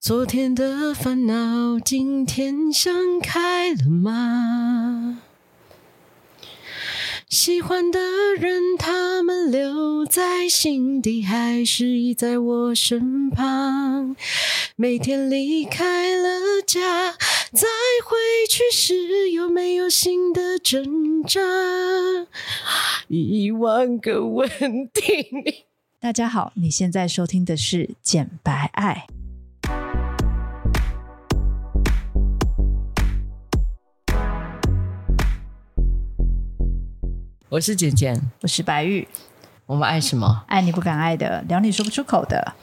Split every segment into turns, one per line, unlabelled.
昨天的烦恼，今天想开了吗？喜欢的人，他们留在心底，还是已在我身旁？每天离开了家，再回去时有没有新的挣扎？一万个问题。
大家好，你现在收听的是《简白爱》。
我是简简，
我是白玉，
我们爱什么？
爱你不敢爱的，聊你说不出口的，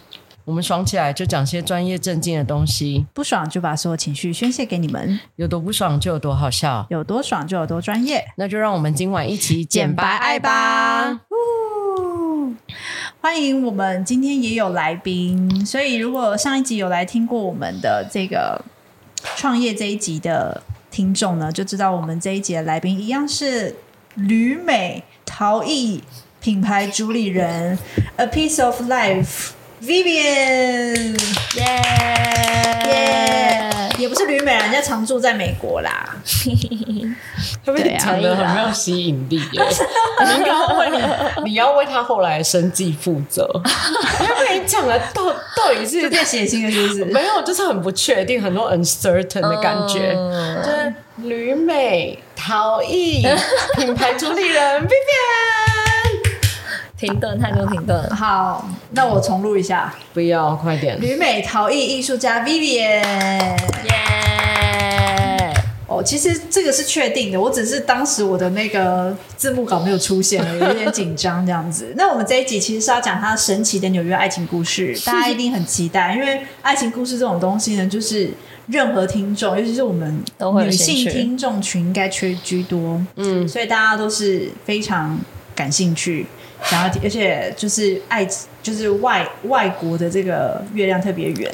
我们爽起来就讲些专业正经的东西，
不爽就把所有情绪宣泄给你们，
有多不爽就有多好笑。
有多爽就有多专业。
那就让我们今晚一起
简白爱吧。呜欢迎我们今天也有来宾，所以如果上一集有来听过我们的这个创业这一集的听众呢，就知道我们这一集的来宾一样是旅美陶艺品牌主理人 A Piece of Life Vivian，
耶
耶、也不是旅美啦，啊人家常住在美国啦。
会不
对
会
啊
讲的很没有吸引力耶？你要为你，你要为他后来的生计负责。要不然你讲的到到底
这
是
变血腥了是不 是？
没有，就是很不确定，很多 uncertain 的感觉。
嗯
就是旅美陶艺品牌主理人 Vivian，
停顿，他就停顿。
好，那我重录一下。
不要快 点，
旅美陶艺艺术家 Vivian。
耶！
哦，其实这个是确定的，我只是当时我的那个字幕稿没有出现，有点紧张这样子。那我们这一集其实是要讲他神奇的纽约爱情故事，大家一定很期待，因为爱情故事这种东西呢，就是任何听众，尤其是我们
都会有
女
兴
性
趣
听众群应该缺居多，
嗯，
所以大家都是非常感兴趣，想要听，而且就是爱，就是外外国的这个月亮特别圆。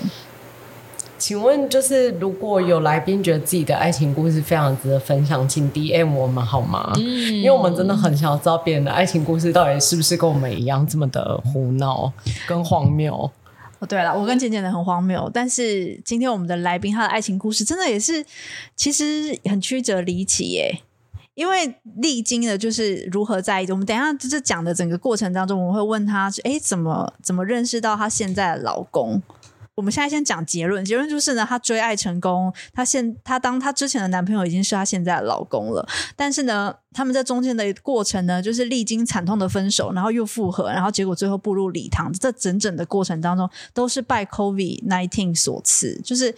请问就是如果有来宾觉得自己的爱情故事非常值得分享，请 DM 我们好吗？因为我们真的很想要知道别人的爱情故事到底是不是跟我们一样这么的胡闹跟荒谬。
哦，对了，我跟简简的很荒谬，但是今天我们的来宾他的爱情故事真的也是，其实很曲折离奇耶。因为历经的就是如何在一起，我们等一下就是讲的整个过程当中，我们会问他是，哎，怎么怎么认识到她现在的老公？我们现在先讲结论，结论就是呢，她追爱成功，她现她当她之前的男朋友已经是她现在的老公了，但是呢，他们在中间的过程呢，就是历经惨痛的分手，然后又复合，然后结果最后步入礼堂，这整整的过程当中都是拜 COVID nineteen 所赐，就是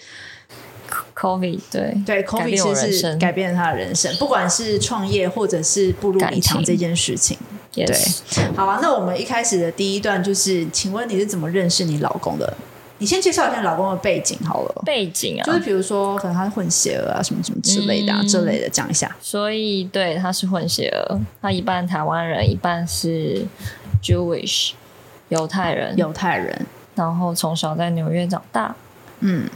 Covid 对
对
改
COVID
变我人
其实是
生
改变了他的人生，不管是创业或者是步入礼堂
感情
这件事情。
yes
好啊，那我们一开始的第一段就是，请问你是怎么认识你老公的？你先介绍一下你老公的背景好了。
背景啊，
就是比如说，可能他是混血儿啊，什么什么之类的、啊，
嗯
这类的讲一下。
所以对他是混血儿，他一半台湾人，一半是 Jewish 犹太人，
犹太人，
然后从小在纽约长大，
嗯，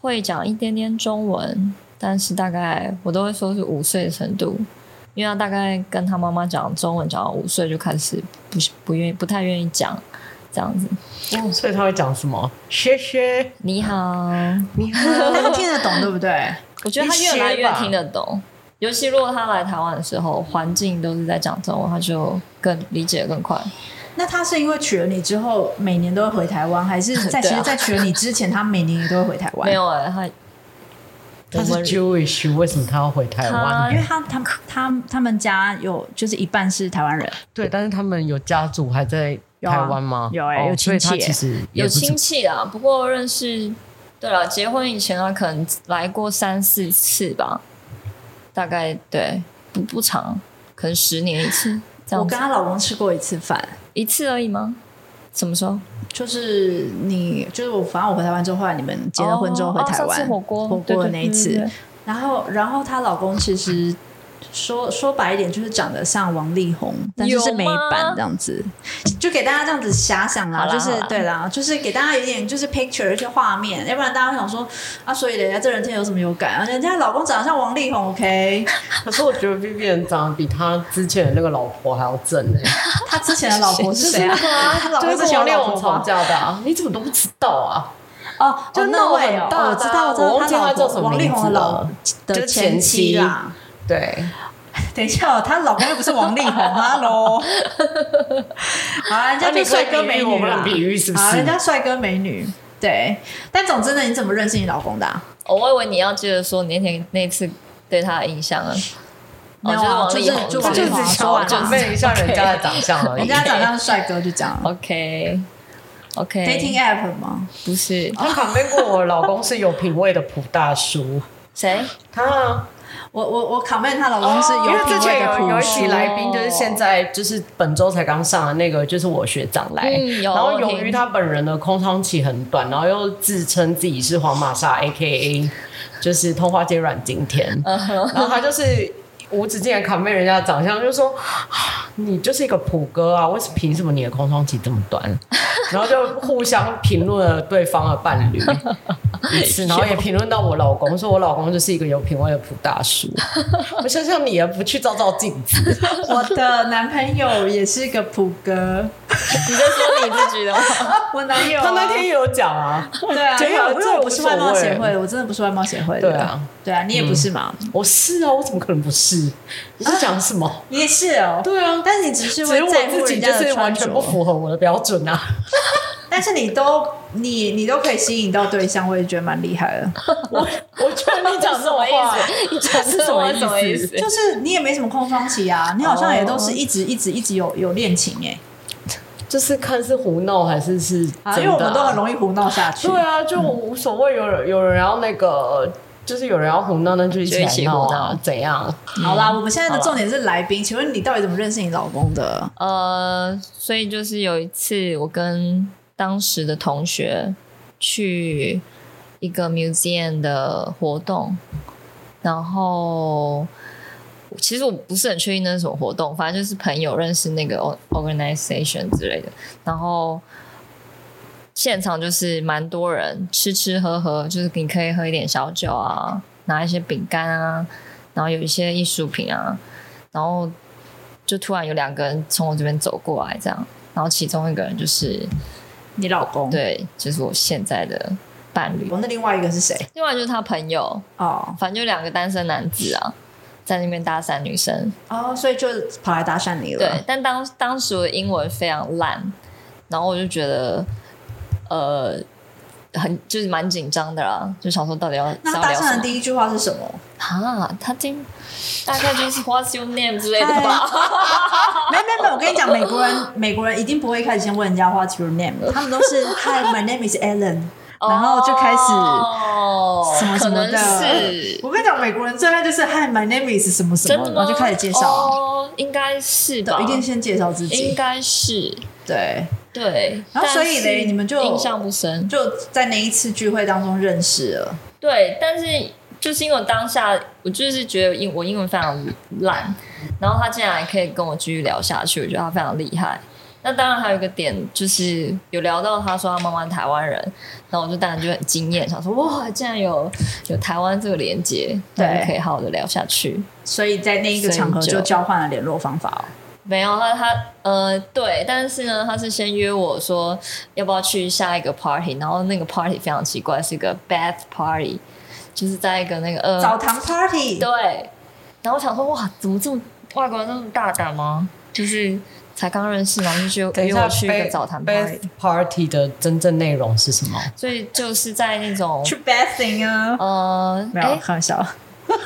会讲一点点中文，但是大概我都会说是五岁的程度，因为他大概跟他妈妈讲中文讲到五岁就开始不不愿意不太愿意讲这样子。
哦，所以他会讲什么？谢谢
你好，
你好，
但是听得懂对不 对？
我觉得他越来越听得懂，尤其如果他来台湾的时候，环境都是在讲中文，他就更理解得更快。
那他是因为娶了你之后，每年都会回台湾，还是 在、
对啊
其实，在娶了你之前，他每年也都会回台湾？
没，有哎、他
他是
我们
Jewish，为什么他要回台湾
他？
呃因为他他他他们家有就是一半是台湾人，
对，但是他们有家族还在
有啊
台湾吗？
有欸
哦
有亲戚
所以他其
欸
实也
有
不是
亲戚啊，不过认识，对了，结婚以前他啊可能来过三四次吧，大概对不不长，可能十年一次这
我
样子
跟，她老公吃过一次饭，
一次而已吗？什么时候？
就是你就是我，反正我回台湾之后，后来你们结了婚之后回
哦哦
台湾、
上次火锅
火
对
锅
对
的那一次，
对对对
然后然后她老公其实。说说白一点，就是长得像王力宏，但是是美版这样子，就给大家这样子遐想啦，
好啦
就是
好啦
对啦，就是给大家有点就是 picture 一些画面，要不然大家会想说啊，所以人家这人天有什么有感啊？人家老公长得像王力宏，OK，
可是我觉得 Vivian 长得比他之前的那个老婆还要正 哎、
他 之前的老婆是谁啊？他老
就是
公之
跟
前
王
的
力
老
宏
婆
吵
吧
架的、啊，你怎么都不知道啊？
哦，
就
哦
那
那
我
位
很
哦
大
我知道，
啊
我知道，
我忘记
他
他
老
叫
婆
什么
王力
名
宏的
字
老
了
的
就是
前
前
妻
妻
啦。
对，
等一下、哦，她老公又不是王力宏 ，Hello。好啦，人家
那
就
你
帅
可以
哥
比喻
美
我
女
们
啦
的比喻是不
好，
是
啊人家帅哥美女，对。但总之呢，你怎么认识你老公的、啊？
哦我以为你要接着说你那天那次对他的印象啊，
没有啊
哦就是王力宏
就是就王力
他
宏啊
只
说完
就
了
背一下人家的长相而已。
人家长相是帅哥，就这样。
OK OK
Dating app 吗？
不是
他旁边过我老公是有品味的普大叔，
谁？
他啊
我我我 comment 她老公是有
因为之
品味
前
的
有有
朴
一
素
期来宾，就是现在就是本周才刚上的那个，就是我学长来，
嗯有
然后
我
由
听
于他本人的空窗期很短，然后又自称自己是黄玛莎 A K A，就是通话接软今天，
嗯
然后他就是。无止境的 comment 人家的长相，就说 啊你就是一个普哥啊，为什凭什么你的空窗期这么短？ 然后就互相评论了对方的伴 侣一次，然后也评论到我老公，说我老公就是一个有品味的普大叔。 我想想你啊，不去照照镜子，
我的男朋友也是个普哥，
你在说你自己的吗？
我男友、啊、
他那天也有讲啊，
对啊，因
结
为
果
我因为我不是外貌协
这无
会
所
的，我真的不是外貌协会
对
的。
啊，
对啊，你也不是嘛，
我是啊，我怎么可能不是？你在讲什么？
你也是哦。
对啊
但是你只 是
只
会
有我
在乎
自己就
人家
是
的
完
穿
全不
着，
符合我的标准啊！
但是你都你你都可以吸引到对象，我也觉得蛮厉 害的。
我觉得你讲这 种话，
你讲是
什么意思
什么意思？
就是你也没什么空窗期啊，你好像也都是
哦
一直一直一直有有恋情哎、
就是看是胡闹还是是真的
啊，
啊，
因为我们都很 容易胡闹下去。
对啊，就无所谓，有人有人要那个，就是有人要胡闹，那就一
就一
起
起
来闹
胡
啊
闹，
怎样？
嗯好啦，我们现在的重点是来宾，请问你到底怎么认识你老公的？
呃，所以就是有一次，我跟当时的同学去一个 museum 的活动，然后其实我不是很确定那是什么活动，反正就是朋友认识那个 o- organization 之类的，然后。现场就是蛮多人吃吃喝喝，就是你可以喝一点小酒啊，拿一些饼干啊，然后有一些艺术品啊，然后就突然有两个人从我这边走过来，这样，然后其中一个人就是
你老公，
对，就是我现在的伴侣
我，那另外一个是谁？
另外就是他朋友，
哦
反正就两个单身男子啊，在那边搭讪女生，
哦，所以就跑来搭讪你了。
对，但当当时我的英文非常烂，然后我就觉得，呃。很就是蛮紧张的啦，就想说到底要
那
要
他搭
聊
讪
什
的
么
第一句话是什么？
啊？他今大概就是 What's your name 之类的吧。
没没没，我跟你讲，美国人美国人一定不会一开始先问人家 What's your
哦
name，他们都是 Hi, my name is Alan，然后就开始
哦
什么什么的。
可能是
我跟你讲，美国人最爱就是 Hi, my name is 什么什
真
么，
的
然后就
吗？
开始介绍啊，
哦，应该是吧？
对，一定先介绍自
应
己。
该是
对，
对。
然后所以嘞
但是
你们就
印象不深。
就在那一次聚会当中认识了。
对，但是就是因为我当下我就是觉得英我英文非常烂，然后他竟然还可以跟我继续聊下去，我觉得他非常厉害。那当然还有一个点就是有聊到他说他妈妈是台湾人，然后我就当然就很惊艳，想说哇，竟然有有台湾这个连接，
对
那就可以好好的聊下去。
所以在那一个场合
所以
就
就
交换了联络方法哦。
没有，他他呃，对，但是呢，他是先约我说要不要去下一个 party，然后那个 party 非常奇怪，是一个 bath party，就是在一个那个
澡
呃，
堂 party，
对，然后我想说哇，怎么这么外国人那么大胆吗？就是才刚认识，然后就去约我去一个澡堂
Best
party，
party 的真正内容是什么？
所以就是在那种
去 bathing 啊，
呃，
没有
哎，
开玩笑。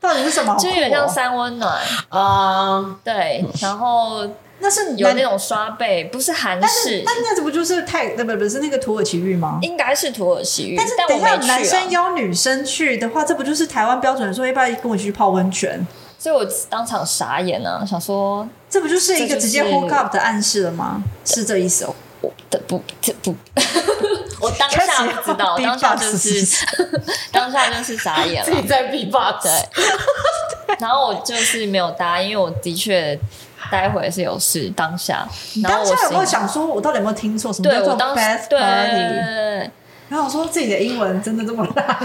到底是什么？好
就有点
酷哦
像三温暖，
啊，
对，然后
那是
有
男
那种刷背，不是韩
但是
式
那。那这不就是泰那不不是那个土耳其浴吗？
应该是土耳其浴，
但
但
是等一下
我没去、啊。
男生邀女生去的话，这不就是台湾标准说要不要跟我去泡温泉？
所以我当场傻眼啊，想说
这不就是一个
这就是
直接 hook up 的暗示了吗？是这意思哦。
我的不这不，我当下不知道，
开始要
当下就
beatbox
是当下就是傻眼
自己
了，
在 B box，
对。然后我就是没有答应，因为我的确待会是有事，当下。
你
然后
当
我
下有没有
心
想说，我到底有没有听错？什么
对
叫
我
做
当
bath
时对
party？然后我说自己的英文真的这么烂？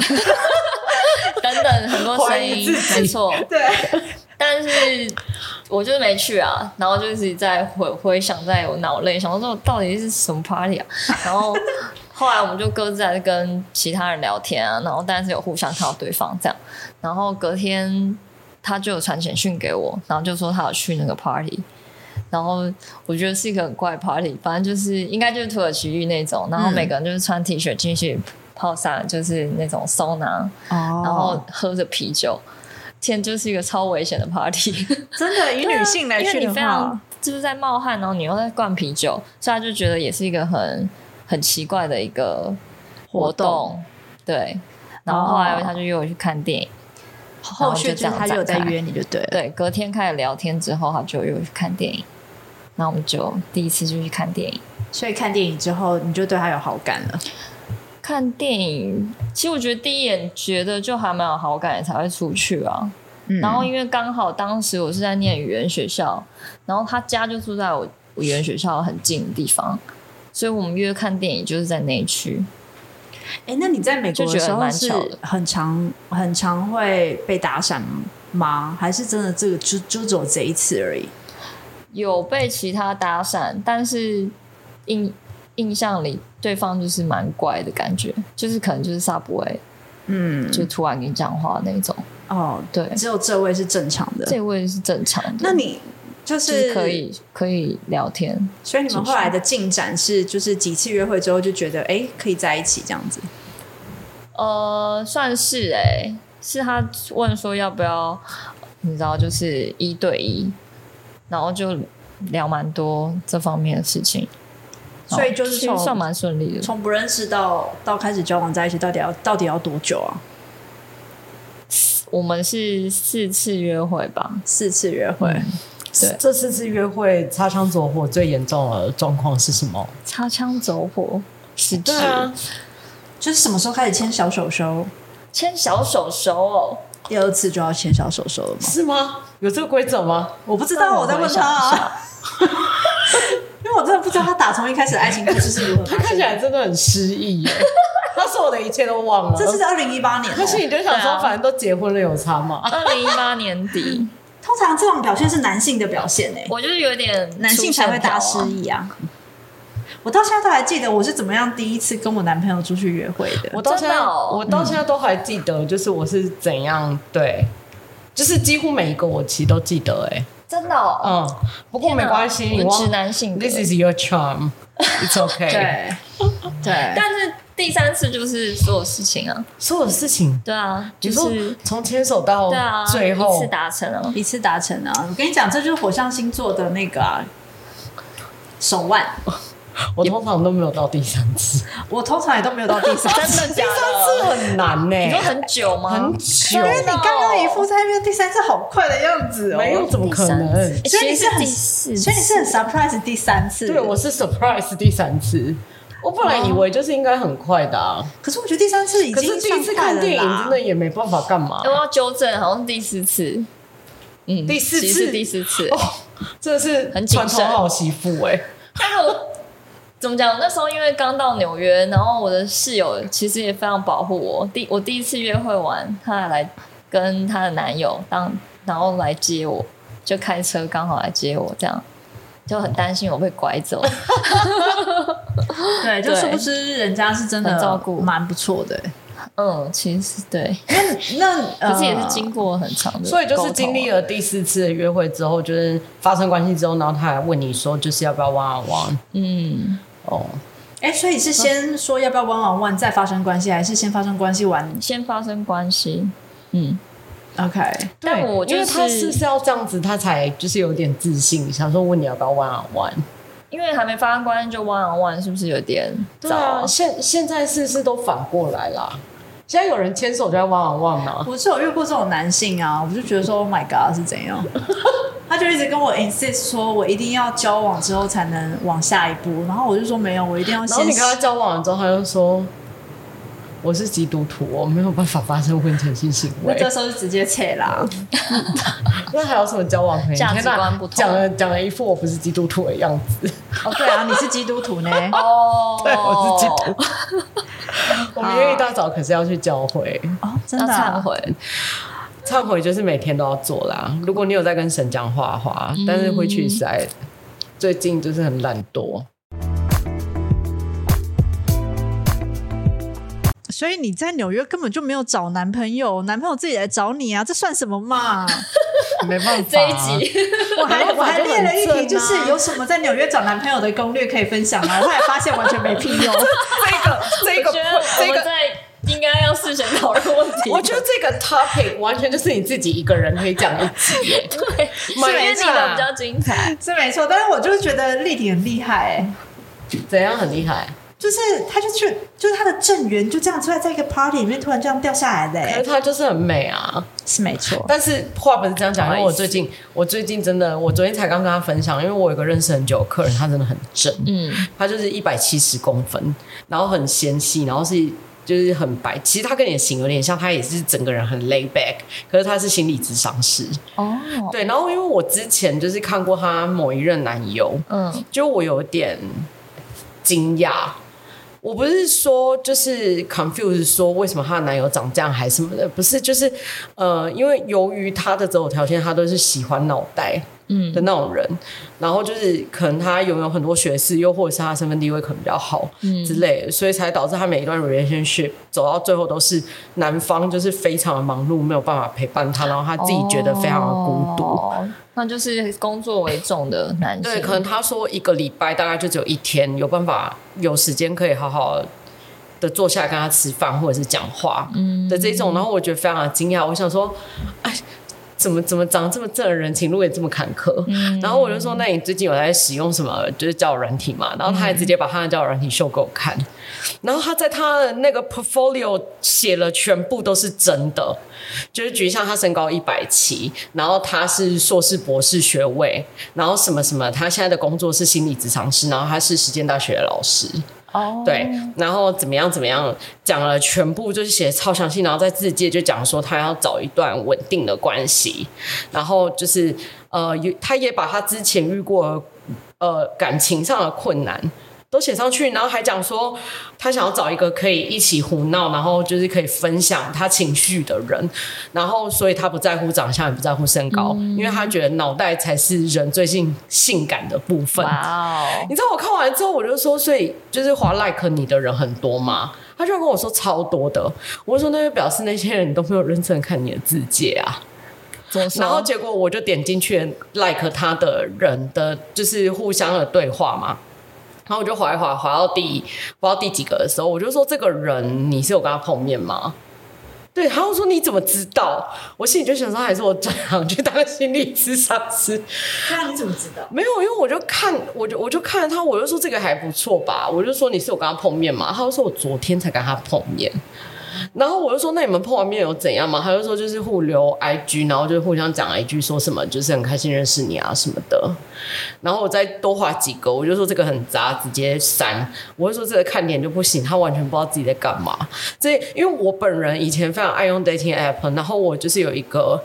等等很多
怀
声
疑
音，
自己
没错。
对，
但是我就是没去啊，然后就是在回回想在我脑内，想说这到底是什么 party 啊？然后后来我们就各自在跟其他人聊天啊，然后但是有互相看到对方这样，然后隔天他就有传简讯给我，然后就说他有去那个 party，然后我觉得是一个很怪的 party，反正就是应该就是土耳其浴那种，然后每个人就是穿 T 恤进去泡桑，就是那种 sauna，
哦
然后喝着啤酒，天就是一个超危险的 party。
真的以女性来
啊因为
去
你
的
非
话
常，就是在冒汗，然后你又在灌啤酒，所以他就觉得也是一个很很奇怪的一个活
活
动。
动哦
对，然后后来他就约我去看电影，
后续就是他有在约你就对了。
对，隔天开始聊天之后，他就约我去看电影，然后我们就第一次就去看电影。
所以看电影之后，你就对他有好感了。
看电影，其实我觉得第一眼觉得就还蛮有好感，才会出去啊。
嗯
然后因为刚好当时我是在念语言学校，然后他家就住在我我语言学校很近的地方，所以我们约看电影就是在那一区。
哎、那你在美国的时候
就觉
是
得蛮巧的
很常很常会被打闪吗？还是真的这个就就只有这一次而已？
有被其他搭讪，但是印印象里对方就是蛮怪的感觉，就是可能就是萨博威
嗯，
就突然跟你讲话那种。
哦，
对，
只有这位是正常的。
这位是正常的，
那你就
就是
是
可，以可以聊天。
所以你们后来的进展是，就是几次约会之后就觉得，哎、可以在一起这样子。
呃，算是哎、是他问说要不要，你知道，就是一对一，然后就聊蛮多这方面的事情，哦
所以就是
其实
从
算蛮顺利的，
从不认识到到开始交往在一起，到底要到底要多久啊？
我们是四次约会吧，
四次约会，
嗯对
这四次约会擦枪走火最严重的状况是什么？
擦枪走火是指
对啊就是什么时候开始牵小手手？
牵小手手哦，
第二次就要牵小手手了吗？
是吗？有这个规则吗？
我不知道，我在问他、啊，因为我真的不知道他打从一开始的爱情故事是如何
他
发
看
生
起来
的。
真的很失忆 耶，他说我的一切都忘了。
这是在二零一八年、
但是
哦，
你就想
对
说，
啊
反正都结婚了，有差吗？
二零一八年 底，
通常这种表现是男性的表现诶、
我就是有点
男性才会大失
出线条啊
忆啊。我到现在都还记得我是怎么样第一次跟我男朋友出去约会的。
我到现在，
真的哦
我到现在都还记得，就是我是怎样对，就是几乎每一个我其实都记得、欸，
真的、哦，
嗯，不过
天哪
没关系，你
我是
忘
直男性格
，This is your charm, it's okay。
对 对，
但是第三次就是所有事情啊，
所有事情，
对啊，
你
就
说
是
从牵手到
对啊，
最
一
后哦
次，达成啊。
一次达成啊！我跟你讲，这就是火象星座的那个、啊、手腕。
我通常都没有到第三次，
我通常也都没有到第三次，
真的假
第 三次很难呢、
你说很久吗？
很
因
久，
为你刚刚一副在那边第三次好快的样子哦。
没有，怎么
第
可
三
能
次？
所以你欸是很
其实第四次，
所以你是很 surprise 第三次。
对，我是 surprise 第三次，我本
哦
来以为就是应该很快的、啊，
可是我觉得第三次已
可
经
是第一次看电影真的也没办法干嘛
哎。我要纠正，好像第四次，嗯，
第四次
其实是第四次。
哦，这是
很谨
传
慎嗯
统好媳妇哎、
但是啊我怎么讲？我那时候因为刚到纽约，然后我的室友其实也非常保护我。第我第一次约会完，她还来跟她的男友当，然后来接我，就开车刚好来接我，这样就很担心我被拐走。
对，就
对
殊不知人家是真的
很照顾
蛮不错的。
嗯，其实对，
那
可
呃
是也是经过很长的，
嗯所以就是经历。了第四次的约会之后，就是发生关系之后，然后他还问你说，就是要不要 one on one
嗯，
啊哦，
哎，所以是先说要不要 one on one 再发生关系，还是先发生关系完
先发生关系，嗯，
？OK，
但
对
我就
因为
是
他是不是要这样子，他才就是有点自信，想说问你要不要啊 one on one。
因为还没发生关系就 one on one，是不是有点
对
早、
啊， 现现在是不是都反过来啦？现在有人牵手就在 one on one 吗？
我是有遇过这种男性啊，我就觉得说 Oh my God 是怎样？ 他就一直跟我 insist 说，我一定要交往之后才能往下一步，然后我就说没有，我一定要
然后
先
你跟他交往了之后，他就说。我是基督徒，我没有办法发生婚前性行
那
为。
这时候就直接切啦。
那还有什么交往可以？
价值观不同
讲了讲了一副我不是基督徒的样子。
哦，对啊，你是基督徒呢？
哦，
对，我是基督徒。哦 我明天一大早可是要去教会，
哦，真
要
的、
忏
啊，
悔，
忏悔就是每天都要做啦。如果你有在跟神讲话的话，但是会去塞。 最近就是很懒惰。
所以你在纽约根本就没有找男朋友，男朋友自己来找你啊，这算什么嘛？
没办法、
这一
啊。
集
我还我还列了一
正啊
题，就是有什么在纽约找男朋友的攻略可以分享吗？我还发现完全没屁
这
用。
个这
我
个
觉得我
这
们
个，
在应该要事先讨论问题。
我觉得这个 topic 完全就是你自己一个人可以讲一集耶。
对，是
买啊
因为
一
你
下
的比较精彩。
是没错，但是我就是觉得丽婷很厉害、欸，
怎样很厉害？
就是她就去，就是她的正缘就这样突然在一个 party 里面突然这样掉下来的、
可是
欸，
她就是很美啊。
是没错。
但是话不是这样讲，因为
不好
我
意思
最近我最近真的，我昨天才刚跟他分享，因为我有个认识很久的客人，他真的很正，
嗯，
他就是一百七十公分，然后很纤细，然后是。就是很白，其实他跟你的型有点像，他也是整个人很 lay back，可是他是心理咨商师，
哦，
对。然后因为我之前就是看过他某一任男友，
嗯，
就我有点惊讶。我不是说就是 confused 说为什么她的男友长这样还是什么的，不是就是呃，因为由于她的择偶条件，她都是喜欢脑袋
嗯
的那种人，然后就是可能她拥有很多学识，又或者是她身份地位可能比较好
嗯
之类的，所以才导致她每一段 relationship 走到最后都是男方就是非常的忙碌，没有办法陪伴她，然后她自己觉得非常的孤独。
哦那就是工作为重的男性，
对，可能他说一个礼拜大概就只有一天有办法有时间可以好好的坐下来跟他吃饭或者是讲话
嗯
的这种，然后我觉得非常的惊讶，我想说，哎，怎么怎么长得这么正的人情路也这么坎坷？
嗯
然后我就说，那你最近有在使用什么就是交友软体嘛？然后他还直接把他的交友软体秀给我看，然后他在他的那个 portfolio 写了全部都是真的，就是举像他身高一百七，然后他是硕士博士学位，然后什么什么，他现在的工作是心理咨商师，然后他是实践大学的老师，
哦，
对，然后怎么样怎么样，讲了全部就是写得超详细，然后在字界就讲说他要找一段稳定的关系，然后就是呃，有他也把他之前遇过的呃感情上的困难。都写上去，然后还讲说他想要找一个可以一起胡闹，然后就是可以分享他情绪的人，然后所以他不在乎长相，也不在乎身高，因为他觉得脑袋才是人最性性感的部分。
哇哦，
你知道我看完之后，我就说，所以就是划 like 你的人很多吗？他就跟我说超多的，我就说那就表示那些人都没有认真看你的字界啊。
怎么说
然后结果我就点进去 like 他的人的，就是互相的对话嘛。然后我就划一划，划到第不知道第几个的时候，我就说这个人你是有跟他碰面吗？对，他就说你怎么知道？我心里就想说，还是我转行去当心理咨商师。
啊那你怎么知道？
没有，因为我就看，我就我就看了他，我就说这个还不错吧，我就说你是有跟他碰面吗？他就说我昨天才跟他碰面，然后我就说那你们碰完面有怎样吗？他就说就是互留 IG，然后就互相讲了一句说什么就是很开心认识你啊什么的，然后我再多划几个，我就说这个很渣，直接删。我就说这个看脸就不行，他完全不知道自己在干嘛。所以因为我本人以前非常爱用 dating app，然后我就是有一个。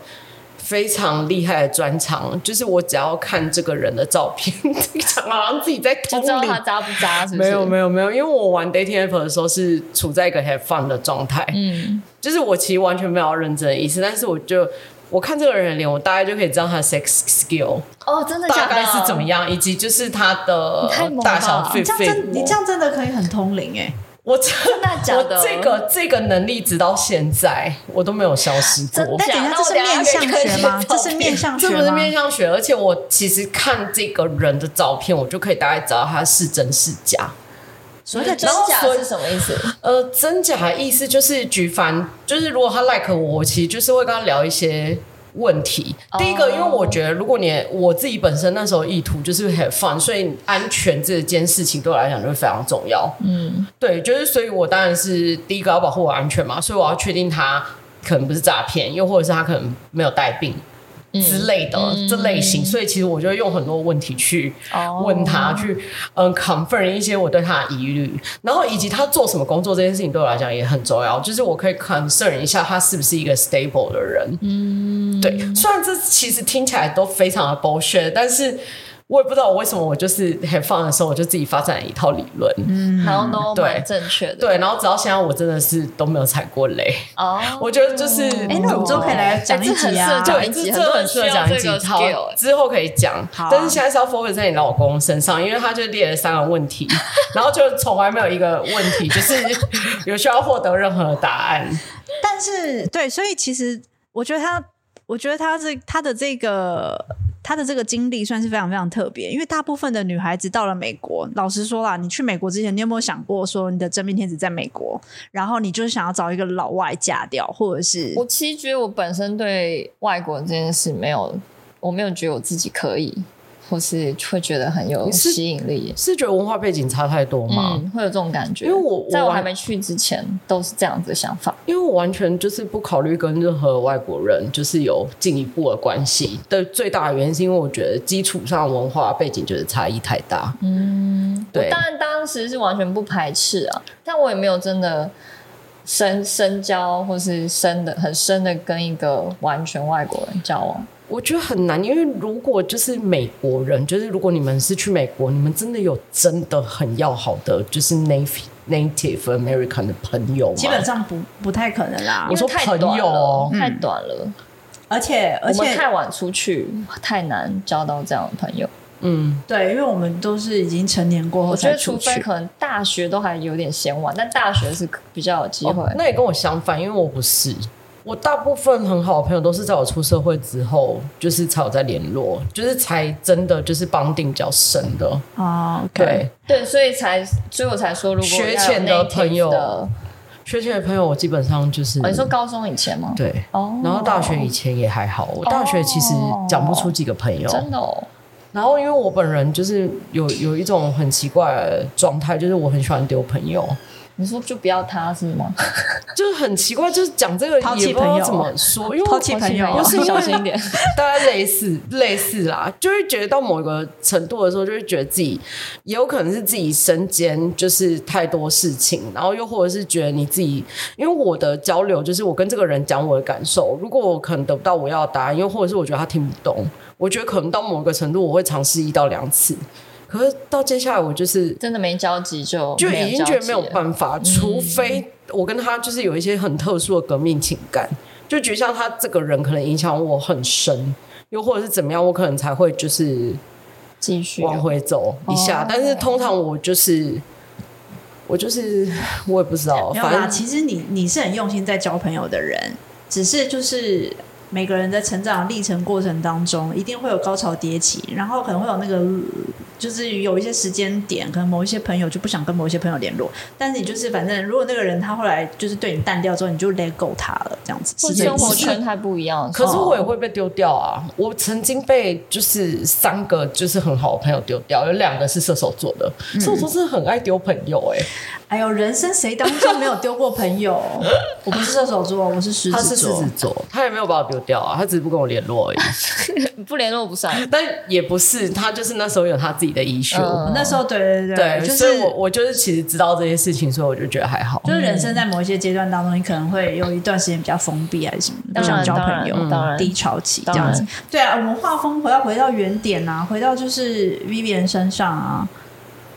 非常厉害的专长，就是我只要看这个人的照片， 这个讲好像自己在
就
通
知道
灵
他渣不渣，是不是？
没有没有没有，因为我玩 dating app 的时候是处在一个 have fun 的状态，
嗯，
就是我其实完全没有要认真的意思，但是我就我看这个人的脸，我大概就可以知道他的 sex skill
哦，真的假
大
的？
概是怎么？样，以及就是他的呃
你太猛了
大
吧
小
你
狒
这样
狒
真，你这样真的可以很通灵哎、
我真
的假的
我这个这个能力直到现在我都没有消失过
真的。
但等一下，这是面相学吗？这是面相学
这
吗？
不是面向学，而且我其实看这个人的照片，我就可以大概知道他是真是假。
所以真
然后
假
所以
是什么意思？
呃，真假的意思就是举凡就是如果他 like 我，我其实就是会跟他聊一些问题。
哦
第一个，因为我觉得如果你我自己本身那时候意图就是很 fun，所以安全这件事情对我来讲就是非常重要。
嗯，
对，就是所以，我当然是第一个要保护我安全嘛，所以我要确定他可能不是诈骗，又或者是他可能没有带病。
嗯
之类的、这类型，所以其实我就会用很多问题去
哦
问他，去嗯 confirm 一些我对他的疑虑，然后以及他做什么工作这件事情对我来讲也很重要，就是我可以 concern 一下他是不是一个 stable 的人。嗯，对，虽然这其实听起来都非常的 bullshit，但是我也不知道我为什么，我就是很放的时候，我就自己发展了一套理论。
嗯
然后都
嗯对
蛮正确的。
对，然后直到现在，我真的是都没有踩过雷。
哦，
我觉得就是，嗯
哎，那我们之后可以来讲一集啊
哎这很适合。讲
对，
一集
这
很多
这很适合
人需要
讲一集
这个，
好
skill，哎
之后可以讲
好啊。
但是现在是要 focus 在你老公身上，因为他就列了三个问 题，然后就从来没有一个问题 就是有需要获得任何答案。
但是对，所以其实我觉得他，我觉得他这他的这个他的这个经历算是非常非常特别，因为大部分的女孩子到了美国，老实说啦，你去美国之前，你有没有想过说你的真命天子在美国，然后你就是想要找一个老外嫁掉，或者是
我其实觉得我本身对外国人这件事没有，我没有觉得我自己可以，或是会觉得很有
你是
吸引力。
是觉得文化背景差太多吗？
嗯，会有这种感觉。
因为我
在
我
我
还
还没去之前都是这样子的想法。
因为我完全就是不考虑跟任何外国人就是有进一步的关系的最大的原因，是因为我觉得基础上文化背景就是差异太大。
嗯，
对
当然当时是完全不排斥啊，但我也没有真的深深交，或是深的很深的跟一个完全外国人交往。
我觉得很难，因为如果就是美国人，就是如果你们是去美国，你们真的有真的很要好的就是 native native American 的朋友吗？
基本上不不太可能啦
我。
因
说
为太短
朋友哦
了，太短了。
而且而
我们
且
太晚出去，太难交到这样的朋友。
嗯，
对，因为我们都是已经成年过后
我觉
才
得，
出
除
去
非。可能大学都还有点嫌晚，但大学是比较有机会。
哦那也跟我相反，因为我不是。我大部分很好的朋友都是在我出社会之后，就是才有在联络，就是才真的就是绑定比较深的。
哦，
对，，
对，所以才，所以我才说，如果
学
要有
前的
native
朋友
的哦
学姐的朋友，我基本上就是、
哦你说高中以前吗？
对，
哦，
然后大学以前也还好，我大学其实讲不出几个朋友。
真的哦，
然后因为我本人就是有有一种很奇怪的状态，就是我很喜欢丢朋友，
你说就不要他是 吗？
就是很奇怪，就是讲这个
抛弃
也不知道
朋友
怎么说，因为
抛弃朋 友
不是因
小心
为
一点。
大家类似类似啦，就会觉得到某一个程度的时候，就会觉得自己也有可能是自己身兼就是太多事情，然后又或者是觉得你自己，因为我的交流就是我跟这个人讲我的感受，如果我可能得不到我要的答案，又或者是我觉得他听不懂，我觉得可能到某个程度我会尝试一到两次，可是到接下来我就是
真的没交集就
就已经觉得没有
交集了
办法，除非我跟他就是有一些很特殊的革命情感，就觉得像他这个人可能影响我很深，又或者是怎么样，我可能才会就是
继续
往回走一下。
哦
但是通常我就是我就是我也不知道，
没有啦，
哦反正
其实你你是很用心在交朋友的人，只是就是每个人在成长历程过程当中，一定会有高潮迭起，然后可能会有那个就是有一些时间点，可能某一些朋友就不想跟某一些朋友联络，但是你就是反正如果那个人他后来就是对你淡掉之后，你就 let go 他了，这样子
或
是
者
这个
生
意思
活圈太不一样的时
可
候。
是我也会被丢掉啊！我曾经被就是三个就是很好的朋友丢掉，有两个是射手座的，射手座真的很爱丢朋友哎、
哎呦，人生谁当中没有丢过朋友？ 我不是射手座，我是狮
他是
子
狮
座
子。座，他也没有把我丢掉啊，他只是不跟我联络而已。
不联络不散，
但也不是，他就是那时候有他自己的 issue，、
嗯
那时候对对
对，
就
所以
是
我我就是其实知道这些事情，所以我就觉得还好。
就是人生在某一些阶段当中，你可能会有一段时间比较封闭还是什么，不
当然
想交朋友，
当然当然
低潮期这样子
当。
对啊，我们画风回到回到原点啊，回到就是 Vivian 身上啊。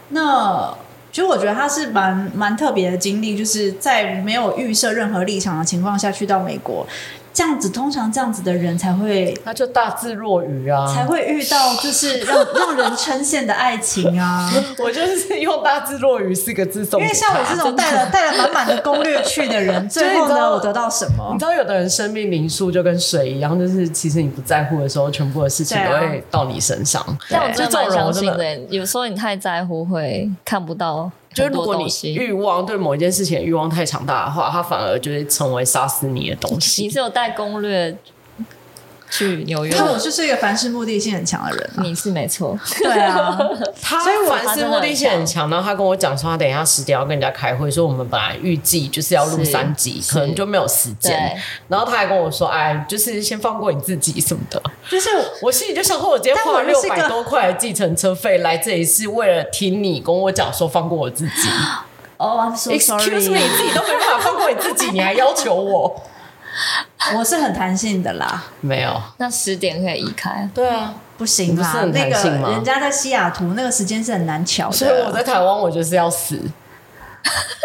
那其实我觉得他是蛮蛮特别的经历，就是在没有预设任何立场的情况下去到美国，这样子通常这样子的人才会
他就大智若愚啊，
才会遇到就是让让人称羡的爱情啊。
我就是用大智若愚四个字送
因
给
为
他。
像我这种带了带了满满的攻略去的人，最后
所以你知
呢，
道
我得到什么
你？知道，有的人生命灵数就跟水一样，就是其实你不在乎的时候，全部的事情
对
都
啊
会到你身上。
但我
就
真
这
的蛮
种人，我
相
真
信
的。
的。有时候你太在乎，会看不到
就是
很
如
多
果
东
你
西。
欲望对某一件事情的欲望太强大的话，它反而就会成为杀死你的东
你
西。
是有带攻略去纽约
因为我
的，
就是一个凡事目的性很强的人 啊。
你是没 错。
对啊，
他
所以我
凡事目的性很强，然后他跟我讲说，他等一下十点要跟人家开会，所以我们本来预计就是要录
是
三集，
是
可能就没有时间
对。
然后他还跟我说，哎，就是先放过你自己什么的。
就是
我心里就想说，我今天
但我
花了
就
六
是个
百多块的计程车费来这里，是为了听你跟我讲说放过我自己。
Oh,
哦、i m so
Excuse me，你自己都没办法放过你自己，你还要求我？
我是很弹性的啦，
没有，
那十点可以移开，
对啊，
不行啦，
你不是
那
很弹性吗
个人家在西雅图那个时间是很难巧的，
所以我在台湾我就是要死。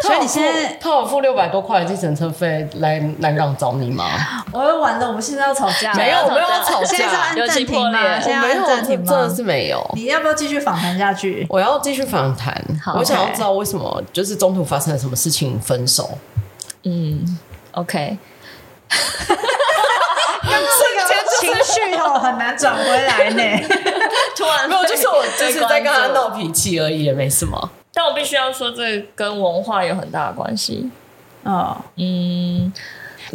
所以你现在
他有付六百多块的计程车费来南港找你吗？
我又完了，我们现在要吵架了，
没有，没有
要
吵
现在是
架
要按，暂停吗？
有
现
气
在要
没有，
按暂
这
停
真
啊吗
的？是没有。
你要不要继续访谈下 去？
我要继续访谈
好，
我想要
OK
知道为什么就是中途发生了什么事情分手。
嗯，OK，
这个情绪哦很难转回来呢。
突然
没有，就是我就是在跟他
闹。
闹脾气而已，也没什么。
但我必须要说，这跟文化有很大的关系。
哦，
嗯，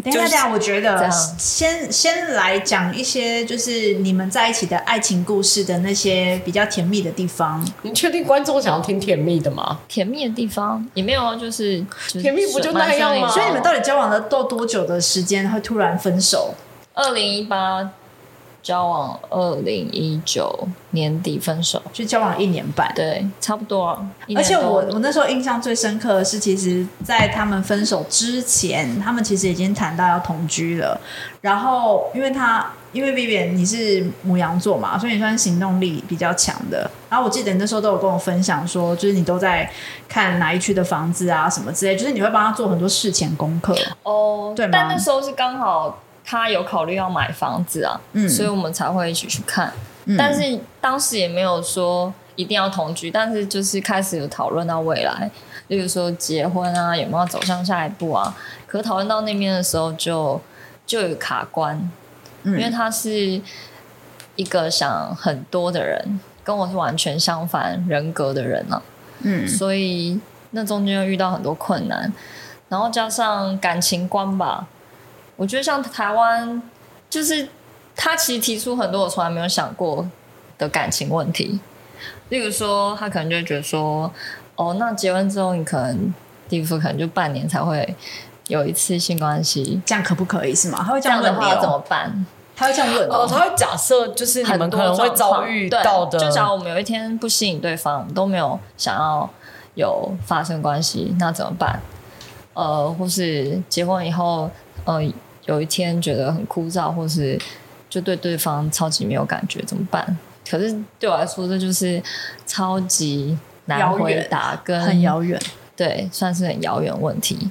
等一下，
就
等
是
一下，我觉
这
得
样
先先来讲一些就是你们在一起的爱情故事的那些比较甜蜜的地方。
你确定观众想要听甜蜜的吗？
甜蜜的地方也没有啊，就是
甜蜜不就那样吗
所
哦
以你们到底交往了多多久的时间会突然分手？
二零一八交往，二零一九年底分手，
就交往一年半。
对，差不多啊。一
而
年
且
多
我我那时候印象最深刻的是，其实，在他们分手之前，他们其实已经谈到要同居了。然后，因为他因为 Vivian 你是母羊座嘛，所以你算是行动力比较强的。然后我记得你那时候都有跟我分享说，就是你都在看哪一区的房子啊什么之类，就是你会帮他做很多事前功课。
哦，
对吗
但那时候是刚好他有考虑要买房子啊，
嗯
所以我们才会一起去看。
嗯
但是当时也没有说一定要同居，但是就是开始有讨论到未来，例如说结婚啊，有没有走向下一步啊。可讨论到那边的时候就，就有卡关，因为
嗯
他是一个想很多的人，跟我是完全相反人格的人啊。
嗯
所以那中间又遇到很多困难，然后加上感情观吧，我觉得像台湾，就是他其实提出很多我从来没有想过的感情问题，例如说他可能就会觉得说，哦，那结婚之后你可能地夫可能就半年才会有一次性关系，
这样可不可以是吗？他会这
这样
样问
的
你、
话要怎么
哦，
办？
他会这样问
哦，
哦。
他会假设就是你们
很
可
多
能会遭遇到的，
状况对就假如我们有一天不吸引对方，我们都没有想要有发生关系，那怎么办？呃，或是结婚以后，呃，有一天觉得很枯燥，或是就对对方超级没有感觉，怎么办？可是对我来说，这就是超级难
遥远
回答，跟
很遥远，
对，算是很遥远问题。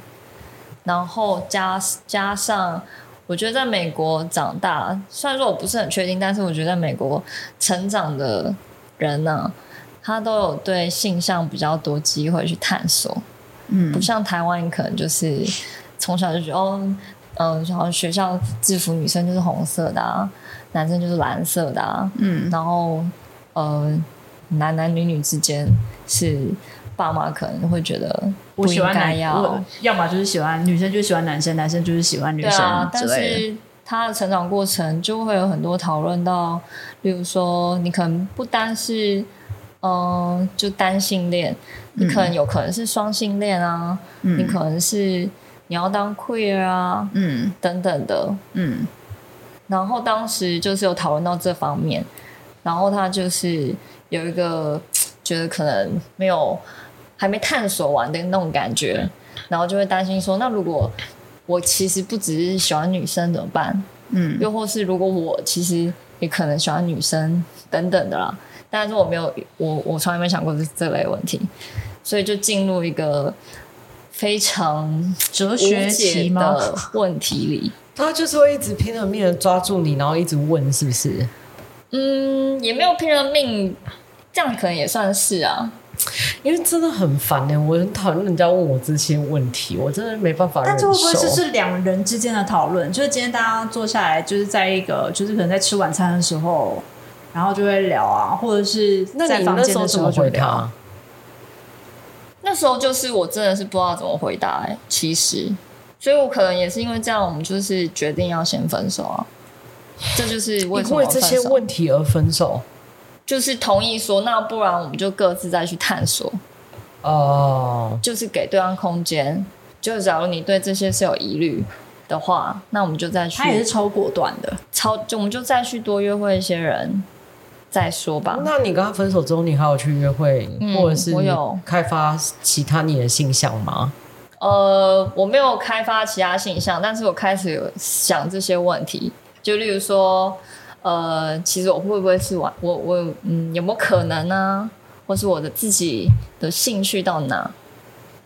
然后加加上，我觉得在美国长大，虽然说我不是很确定，但是我觉得在美国成长的人呢、他都有对性向比较多机会去探索，
嗯
不，像台湾，你可能就是从小就觉得哦，嗯，好像学校制服女生就是红色的啊，男生就是蓝色的啊，
嗯
然后呃，男男女女之间是爸妈可能会觉得
我
不
喜
应
欢
该
男，
要
我要么就是喜欢女生，就是喜欢男生，男生就是喜欢女
对
生
啊，
之类
但
的。
是他的成长过程就会有很多讨论到，例如说你可能不单是嗯、呃就单性恋，你可能有可能是双性恋啊，
嗯
你可能是你要当 queer 啊
嗯
等等的，
嗯
然后当时就是有讨论到这方面，然后他就是有一个觉得可能没有还没探索完的那种感觉，然后就会担心说，那如果我其实不只是喜欢女生怎么办？
嗯
又或是如果我其实也可能喜欢女生等等的啦，但是我没有，我我从来没想过这这类问题，所以就进入一个非常
哲
无
学
解
题吗？
的问题里。
他就是会一直拼了命的抓住你，然后一直问是不是？
嗯，也没有拼了命，这样可能也算是啊。
因为真的很烦呢、欸我很讨厌人家问我这些问题，我真的没办法忍
但是
受。
会不会是是两人之间的讨论？就是今天大家坐下来，就是在一个，就是可能在吃晚餐的时候，然后就会聊啊，或者是
那
在
你
房
那
间
时候
的
怎么
候就
回
聊。
他？
那时候就是我真的是不知道怎么回答、欸，其实，所以我可能也是因为这样，我们就是决定要先分手啊。这就是为什
因
么
为这
分
些
手，
问题而分手？
就是同意说，那不然我们就各自再去探索，
哦，
就是给对方空间。就假如你对这些是有疑虑的话，那我们就再去
他也是超果断的，
超，就我们就再去多约会一些人再说吧。
那你跟他分手之后，你还有去约会，
嗯
或者是
我有
开发其他你的性向吗？
呃，我没有开发其他性向，但是我开始有想这些问题，就例如说，呃，其实我会不会是玩我我嗯有没有可能呢、或是我的自己的兴趣到哪？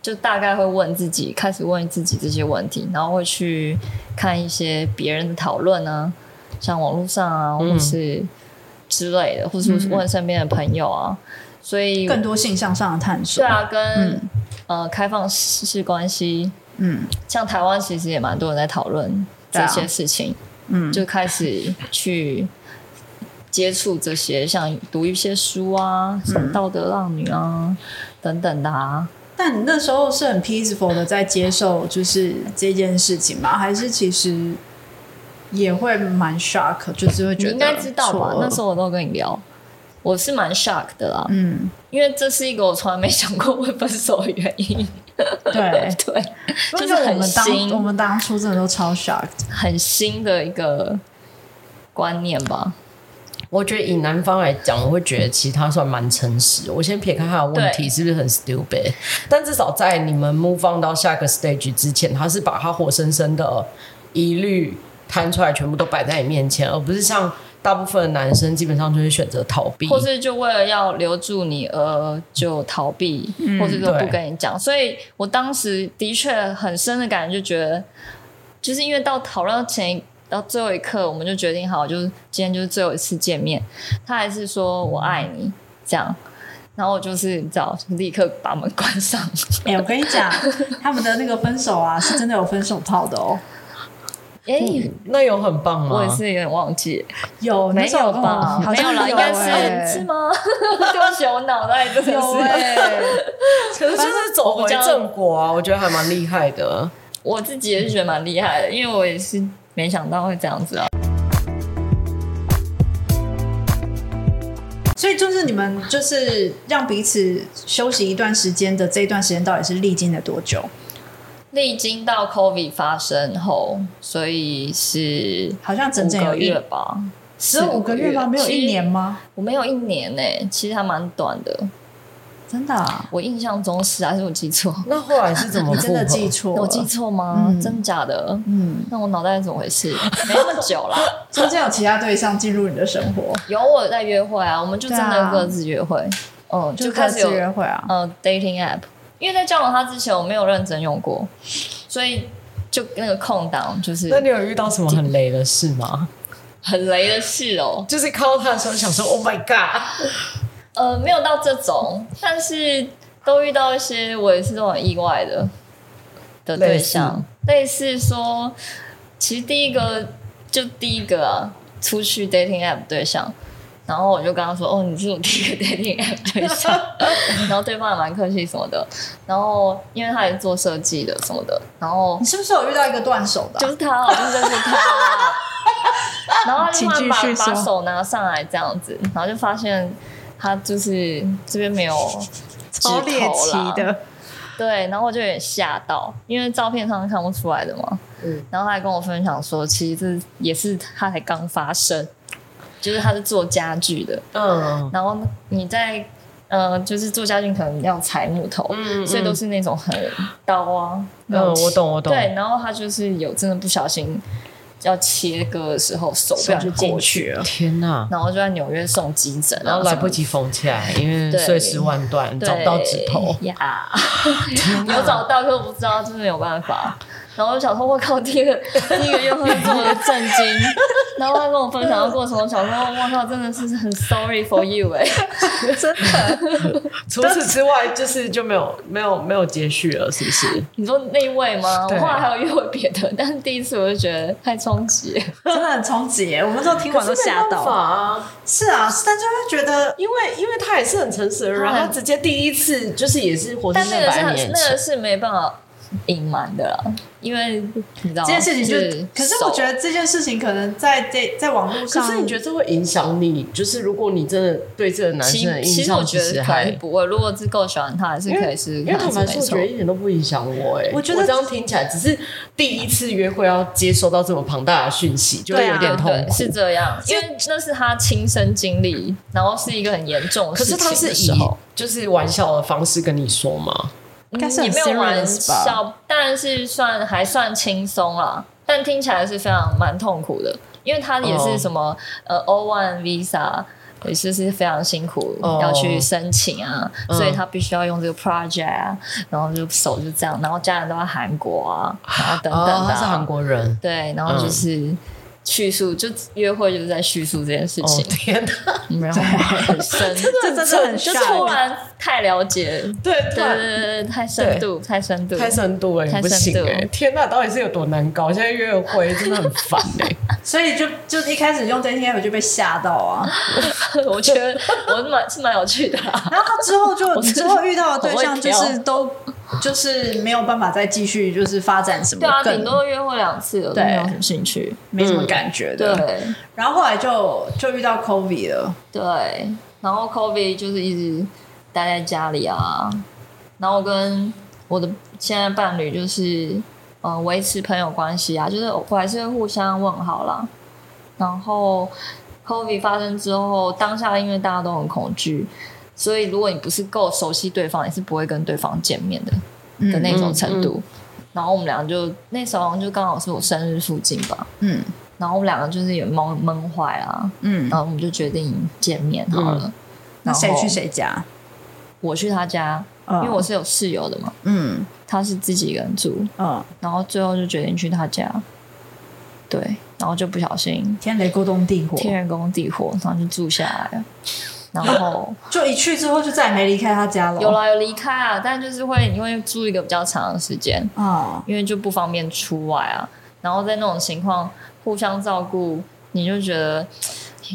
就大概会问自己，开始问自己这些问题，然后会去看一些别人的讨论啊，像网络上啊，
嗯
或是之类的，或是
嗯
问身边的朋友啊，所以
更多性向上的探索。
对啊，跟、
嗯
呃开放式关系，
嗯
像台湾其实也蛮多人在讨论
对
这
啊
些事情，
嗯，
就开始去接触这些，像读一些书啊，什么道德浪女啊、等等的啊。
但你那时候是很 peaceful 的在接受就是这件事情吗？还是其实也会蛮 shock，就是会
你
觉得
应该知道吧
错？愕
那时候我都跟你聊，我是蛮 shock 的啦，
嗯，
因为这是一个我从来没想过会分手的原因。，
对
对，就是
因为我
很
们当
新
我们当初真的都超 shock，
很新的一个观念吧。
我觉得以男方来讲，我会觉得其实他算蛮诚实。我先撇开他的问题
对
是不是很 stupid，但至少在你们 move on 到下个 stage 之前，他是把他活生生的疑虑摊出来，全部都摆在你面前，而不是像大部分的男生基本上就是选择逃避。
或是就为了要留住你而就逃避，
嗯
或是说不跟你讲。所以我当时的确很深的感觉，就觉得就是因为到讨论到前一到最后一刻，我们就决定好，就是今天就是最后一次见面。他还是说我爱你这样，然后我就是你知道，立刻把门关上。
哎、我跟你 讲，他们的那个分手啊，是真的有分手炮的哦。
哎、
那有很棒吗？
我也是有点忘记，
有，嗯
没
那时候
有
我跟我
吧？
好
没有
像
啦，应该是是
欸
吗？ 对不起，我脑袋真的
有
是。
哎、
可是就是走回正果啊，我觉得还蛮厉害的。
我自己也是觉得蛮厉害的，因为我也是没想到会这样子啊。
所以就是你们就是让彼此休息一段时间的这一段时间，到底是历经了多久？
历经到 COVID 发生后，所以是
好像整整
五
有
个
一
月吧，
只有五个月吗？没有一年
吗？
吗？
我没有一年呢、其实还蛮短的。
真的、啊，
我印象中是，还是我记错？
那后来是怎么
你
复合？
真的记错了？
我记错吗？
嗯
真的假的？
嗯，
那我脑袋是怎么回事？没那么 久啦，
中间有其他对象进入你的生活，
有我在约会啊，我们就真
对啊
的各自约会，嗯，就
各
开始有
自约会啊。
呃 dating app，因为在交往他之前我没有认真用过，所以就那个空档就是
那你有遇到什么很雷的事吗？
很雷的事哦。
就是看到他的时候想说 “Oh my God”，
呃，没有到这种，但是都遇到一些我也是这种很意外的的对象，类似说，其实第一个就第一个啊，出去 dating app 对象。然后我就跟他说：“哦，你是我第一个 dating app 对象。”然后对方也蛮客气什么的。然后因为他也是做设计的什么的，然后
你是不是有遇到一个断手的
就
啊、
是他，我就认识他。然后另
请继
外把
续
把
说
手拿上来这样子，然后就发现他就是这边没有指
超猎
头
奇
啦，
的，
对，然后我就有点吓到，因为照片上看不出来的嘛。
嗯
然后他还跟我分享说，其实这也是他才刚发生，就是他是做家具的，
嗯
然后你在呃，就是做家具可能要裁木头，
嗯
所以都是那种很刀啊，那种
嗯，我懂我懂。
对，然后他就是有真的不小心要切割的时候，手不
手
小
就
心
进
过去，
了。
天哪！
然后就在纽约送急诊啊，
然后来不
什
及缝起来，因为
对
碎尸万段，
么的
找不到指头。
对呀，有找到，可我不知道，就是没有办法。然后我就想说，我靠，第一个第一个约会这么 的震惊，然后他跟我分享的过程，我想说，我靠，真的是很 sorry for you 哎、
真的，
除此之外，就是就没有没有没有接续了，是不是？
你说那一位吗？我
对
后来还有约会别的，但是第一次我就觉得太冲击了。
真的很冲击耶！我们都听完都吓
没办法
到。
啊，
是啊，是但就会觉得
因为因为他也是很诚实的人，
他
他
很
直接第一次就是也是活生
但
生
那个
摆在你
是
眼
那个
前。
是没办法隐瞒的啦，因为你知道
这件事情就，
是
可是我觉得这件事情可能在在在网络
可
上，
是你觉得这会影响你？就是如果你真的对这个男
其
生的
其
印
实我
象，
觉
其实
得可能
还
是不会，如果是够喜欢他，还是可以试试
因为
看，
坦
是
白
没
说，我觉
错
得。一点都不影响我哎、
我觉得
这样听起来只是第一次约会要接收到这么庞大的讯息，就会
对啊
有点
对
痛
对，
苦。
是这样，因为那是他亲身经历，然后是一个很严重的
可
事
是
情
他是
的
以
时候，
就是玩笑的方式跟你说嘛，
应该是很
嗯也没有玩
serious 吧？
笑，当然是算还算轻松啦，但听起来是非常蛮痛苦的，因为它也
哦
是什么、呃 O One Visa。也就是非常辛苦
哦
要去申请啊，
嗯
所以他必须要用这个 project 啊，然后就手就这样，然后家人都在韩国啊，然后等等
哦，
的、
他是韩国人。
对，然后就是叙述，就约会就是在叙述这件事
哦
情，
天哪！
然后很深，
这 真的很
就
shock
突然太了解，
对
对对对对，太深度，太深度，
太深度了，你
太
不行
深度
哎、天哪，到底是有多难搞？现在约会真的很烦哎、
所以就就一开始用 dating app 就被吓到啊，
我觉得我蛮是蛮有趣的啊啦。
然后他之 后就
我
你之
真的
后遇到的对象就
我会
是
跳
都就是没有办法再继续就是发展什么
对啊，
更
顶多约会两次，我都
对
没有什么兴趣。
没
嗯
什么感觉
对
的。然后后来就就遇到 COVID 了，
对，然后 COVID 就是一直待在家里啊，然后我跟我的现在伴侣就是呃维持朋友关系啊，就是我还是会互相问好啦。然后 COVID 发生之后，当下因为大家都很恐惧，所以如果你不是够熟悉对方，你是不会跟对方见面的。的那种程度。然后我们俩就那时候好像就刚好是我生日附近吧，
嗯
然后我们两个就是也闷闷坏啊，
嗯，
然后我们就决定见面好了。
那谁去
然后
谁家？
我去他家，
嗯
因为我是有室友的嘛，
嗯
他是自己一个人住，
嗯，
然后最后就决定去他家，对，然后就不小心
天雷勾动地火，
啊
天人工地火，然后就住下来了。然 后
就一去之后就再也没离开他家了。
有啦有离开啊，但就是会你会住一个比较长的时间，
嗯，
因为就不方便出外啊。然后在那种情况互相照顾，你就觉得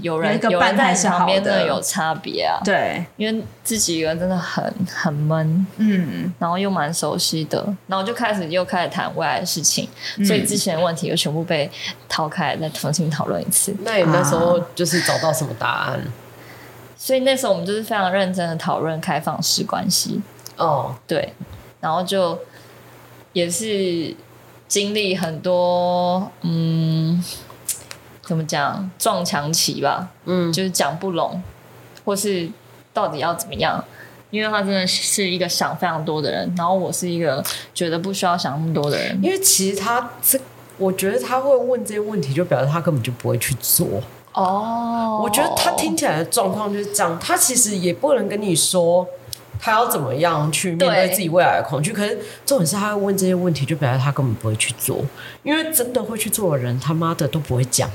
有
有一
人
个
有
伴
人在
还
你
是好的
旁边真的有差别啊。
对，
因为自己一个人真的很很闷，
嗯
然后又蛮熟悉的，然后就开始又开始谈未来的事情，所以之前的问题又全部被掏开，再重新讨论一次。
那你那时候
啊
就是找到什么答案？
所以那时候我们就是非常认真的讨论开放式关系，
哦，
对，然后就也是经历很多，嗯，怎么讲撞墙期吧，
嗯，
就是讲不拢，或是到底要怎么样。因为他真的是一个想非常多的人，然后我是一个觉得不需要想那么多的人。
因为其实他这，我觉得他会问这些问题，就表示他根本就不会去做。
哦
我觉得他听起来的状况就是这样，他其实也不能跟你说他要怎么样去面对
对
自己未来的恐惧。可是重点是，他会问这些问题，就表示他根本不会去做，因为真的会去做的人，他妈的都不会讲，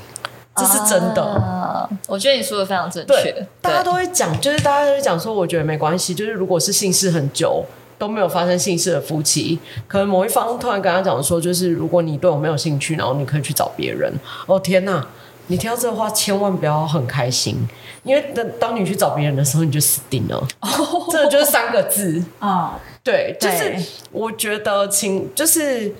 这是真的。
啊我觉得你说的非常正确
对，，大家都会讲，就是大家都会讲说，我觉得没关系，就是如果是姓氏很久都没有发生姓氏的夫妻，可能某一方突然跟他讲说，就是如果你对我没有兴趣，然后你可以去找别人。哦天哪！你听到这话，千万不要很开心，因为当当你去找别人的时候，你就死定 了。这就是三个字，
啊，
对，就
对
是我觉得情，就是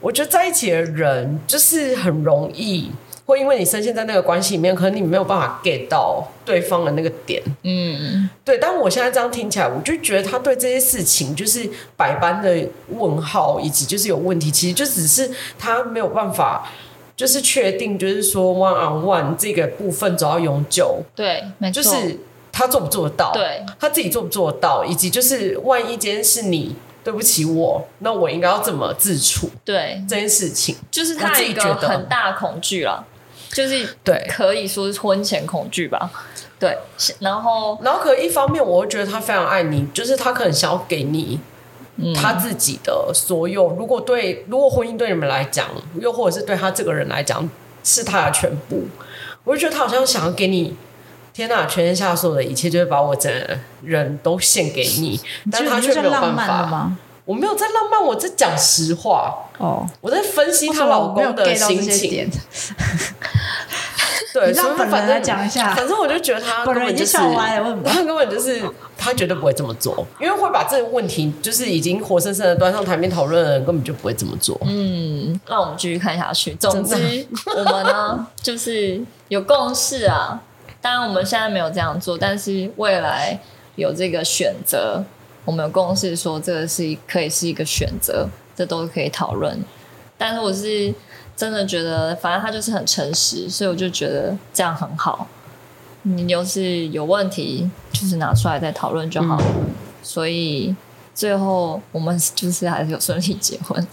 我觉得在一起的人，就是很容易会因为你深陷在那个关系里面，可能你没有办法 get 到对方的那个点。
嗯，
对，但我现在这样听起来，我就觉得他对这些事情就是百般的问号，以及就是有问题，其实就只是他没有办法。就是确定，就是说 one on one 这个部分走到永久，
对，没
就
错，
是他做不做得到，
对，
他自己做不做得到，以及就是万一今天是你对不起我，那我应该要怎么自处
对，
这件事情？
就是
我
他
自己
一个
觉得
很大的恐惧啦，就是
对
可以说是婚前恐惧吧。对，是然后
然后，可一方面，我会觉得他非常爱你，就是他可能想要给你
嗯
他自己的所有。如果对，如果婚姻对你们来讲，又或者是对他这个人来讲，是他的全部，我就觉得他好像想要给你。天呐，全天下所有的一切，就是把我整个人都献给你，但
你
是他
觉
却
得
没
这
有
浪
办
漫了
法。
吗？
我没有在浪漫，我在讲实话。
哦，
我在分析她老公的
为什么我
心
没有 get 到这些
情，
点，
对，
你让
所以
本人
反
来
正
讲一下
反正我就觉得他
本
根
人
本
已
就
经
是，
笑歪了，为什么？
他根本就是他绝对不会这么做，因为会把这个问题就是已经活生生的端上台面讨论的人根本就不会这么做。
嗯，让我们继续看下去。总之
真，
我们呢就是有共识啊。当然，我们现在没有这样做，但是未来有这个选择，我们有共识说这个是可以是一个选择，这都可以讨论。但是我是真的觉得，反正他就是很诚实，所以我就觉得这样很好。嗯你就是有问题，就是拿出来再讨论就好。所以最后我们 就是还是有顺利结婚。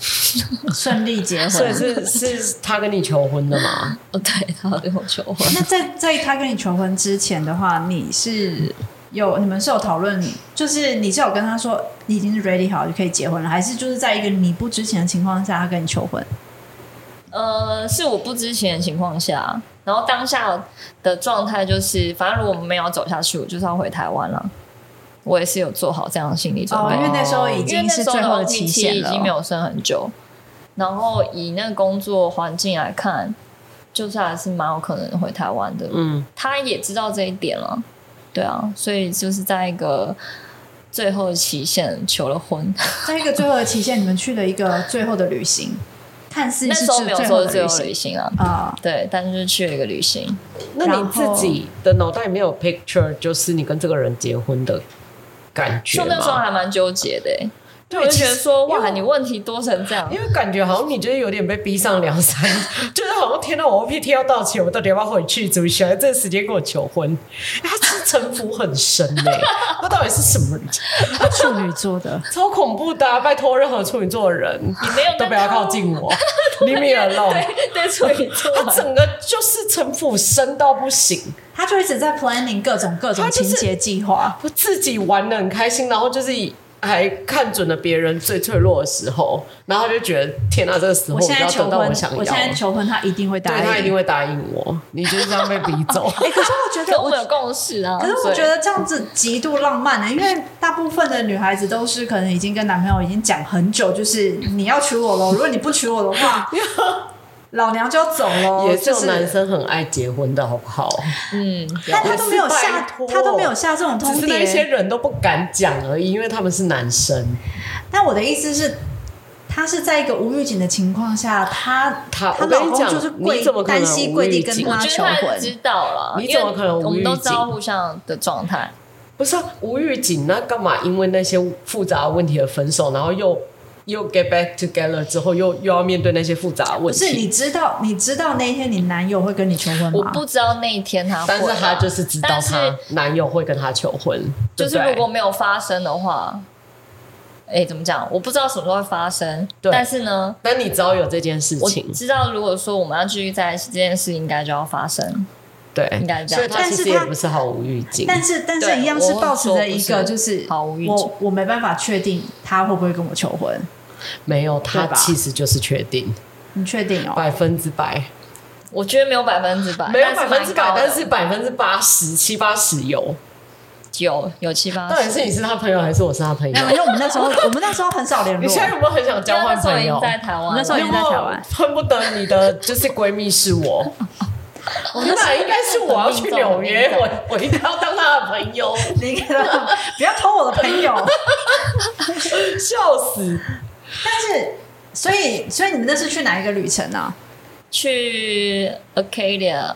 顺利结
所以
婚。
是是他跟你求婚的吗？
哦，对，他有跟我求婚。
那在在他跟你求婚之前的话，你是有你们是有讨论，就是你是有跟他说你已经是 ready 好就可以结婚了，还是就是在一个你不知情的情况下他跟你求婚？
呃，是我不知情的情况下，然后当下的状态就是，反正如果我们没有走下去，我就是要回台湾了。我也是有做好这样的心理准
哦
备，
因为那时候已
哦因为
经
那
是
时候
最后
的
的
OPT
期限
已
了，
经没有剩很久。然后以那个工作环境来看，就是还是蛮有可能回台湾的。
嗯，
他也知道这一点了，对啊，所以就是在一个最后的期限求了婚。
在一个最后的期限，你们去了一个最后的旅行，看似
那
是
时候没
最
有
后
说是
的
最
旅
后旅
行
行啊，
啊。
对，但是就是去了一个旅行。
那
然
你
后
自己的脑袋里面有 picture，就是你跟这个人结婚的感觉
就那时候
吗？
还蛮纠结的、欸，
对
我就觉得说
其实
哇，
因为
你问题多成这样
因，为感觉好像你就是有点被逼上梁山， 就是好像天到我 OPT 要到期，我到底要不要回去？怎么选在这个时间跟我求婚？哎他是城府很深嘞、 那到底是什么人？
处女座的，
超恐怖的啊、拜托任何处女座的人，
你没有
都不要靠近 我，Leave me alone。
对 对处 女座
他整个就是城府深到不行，
他就一直在 planning 各种各种
他就
情
是
节计划，
我自己玩的很开心，然后就是还看准了别人最脆弱的时候，然后他就觉得天啊，这个时候
现
就
在
要
求
得
婚，
到
我
想要
现在
的。
求婚，他一定会答
对
应。
他一定会答应我，你就是这样被逼走。
哎、可是我觉
可
得
我
我
们有共识
哦
啊。
可是我
所以
觉得这样子极度浪漫欸的、因为大部分的女孩子都是可能已经跟男朋友已经讲很久，就是你要娶 我喽，如果你不娶我的话，老娘就要走 喽。
也是
就
有
是
男生很爱结婚的好不好？
嗯，
但他都没有
也是
下
拜托，
他都没有下这种通
只是那些
牒。
人都不敢讲而已，因为他们是男生。
但我的意思是，他是在一个无预警的情况下，他
他
他
我跟
老
你
公
讲
就是跪
你怎么可能
单膝跪地跟
无预警
我
他
觉
求
得他也
婚，
知道了，
你怎么可能
因为我们
无预
都
警
知道互相的状态，
不是、啊、无预警，那干嘛？因为那些复杂的问题而分手，然后又又 get back together 之后，又又要面对那些复杂的
不
问
是你
题。
知道你知道那一天你男友会跟你求婚
我
嗯
吗？
不知道那一天他会啊，
但是她就是知道
但是
她男友会跟她求婚，
就是
对不对
如果没有发生的话，哎，怎么讲？我不知道什么时候会发生，
对
但是呢，
但你只要有这件事
我
情，
知道如果说我们要继续在一起，这件事应该就要发生。
对，
应该这样
所以她
但
其
是
实也
她
不是毫无预警，
但是但是
对
一样是
我
保持着一
我
个
说不
就是是
毫无预警
我我没办法确定他会不会跟我求婚，
没有，
对
她
吧
其实就是确定
你确定哦？
百分之百，
我觉得没有百分之百，
没有
但
百
是
分之百
蛮，高的
但是百分之八十七八十有。
有有七八
到底是你是她朋友还是我是她朋
没
友
有，？因为我们那 时候我们那时候很少联
你
络
现，在有没有很想
因
交
为
换
那时候
朋
已
友
经？在台湾了，
那时候已
有
经
没
在
有
台湾
恨不得你的就是闺蜜是我。
哦
我本来应该是我要去纽约，我我应该要当她的朋友，
你给他 不要偷我的朋友。
笑死！
但是，所以，所以你们那是去哪一个旅程啊？
去 Acadia，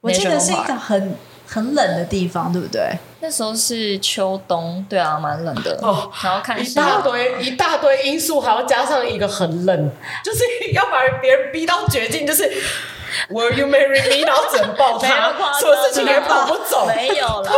我记得
National
是一个
Park
很很冷的地方，对不对？
那时候是秋冬，对啊，蛮冷的。
哦
然后看
一
夕
大
阳，
堆一大堆因素，还要加上一个很冷，就是 要把别人逼到绝境，就是 Will you marry me？然后只能抱
没有
他，
夸张
所有事情也跑不走，
没有啦，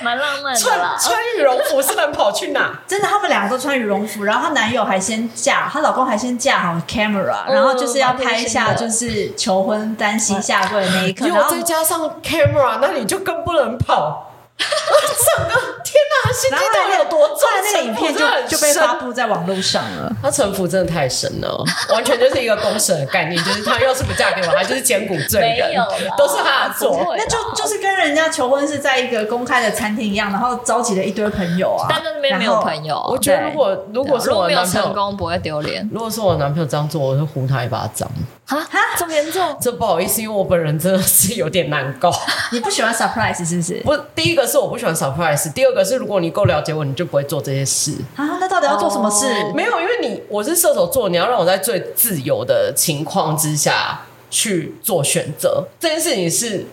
蛮浪漫的啦
穿。穿羽绒服是能跑去 哪？
真的，他们两个都穿羽绒服，然后她男友还先架，她老公还先架好 camera，、然后就是要拍下
哦蛮贴心的
就是求婚单膝下跪的那一刻，
又
然后
再加上 camera，那你就更不能跑。整个天哪，心机
然后
到底有多重
后来？那个影片
城府真的
就
很
就被
深
发布在网络上了。
他城府真的太深了，完全就是一个公审的概念，就是他要是不嫁给我，他就是千古罪
没
人
有啦，
都是他的
不
错
会。
那就就是跟人家求婚是在一个公开的餐厅一样，然后召集了一堆朋友啊。
但那边没有朋友，啊
我觉得如果如
对啊
果是我
没
的
有
男朋
成
友，
功，不会丢脸
如果是我男朋友这样做，我会呼他一巴掌。
啊！这么严重，
这不好意思，因为我本人真的是有点难搞。
然后你不喜欢 surprise 是不 是？
不，第一个是我不喜欢 surprise，第二个是如果你够了解我，你就不会做这些事。
啊，那到底要做什么事？
哦
没有，因为你我是射手座，你要让我在最自由的情况之下去做选择，这件事情是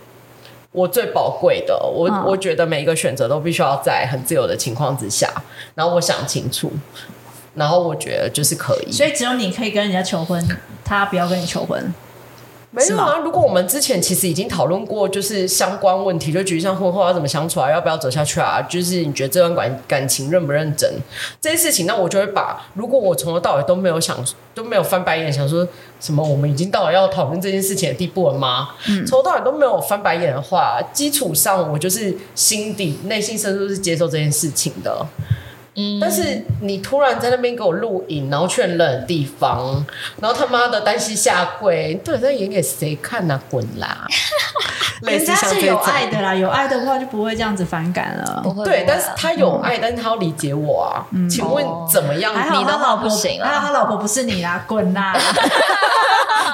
我最宝贵的。我、
嗯
我觉得每一个选择都必须要在很自由的情况之下，然后我想清楚，然后我觉得就是可以。
所以只有你可以跟人家求婚，他不要跟你求婚。
没
是
有
吗
啊，如果我们之前其实已经讨论过，就是相关问题，就举像婚后要怎么相处啊，要不要走下去啊，就是你觉得这段感感情认不认真这些事情，那我就会把，如果我从头到尾都没有想都没有翻白眼想说什么，我们已经到了要讨论这件事情的地步了吗？
嗯
从头到尾都没有翻白眼的话，基础上我就是心底内心深处是接受这件事情的。
嗯，
但是你突然在那边给我录影，然后去很冷的地方，然后他妈的单膝下跪，你到底在演给谁看呐、啊？滚 啦！类
人
似
家
像
是
这
有
种，
爱的啦，有爱的话就不会这样子反感了。
不会
对，
不会啊
但是他有爱，但是他要理解我啊。请问怎么样？
嗯哦还好
你的
他
话
老婆
不行啊
还好他老婆不是你啦，滚 啦！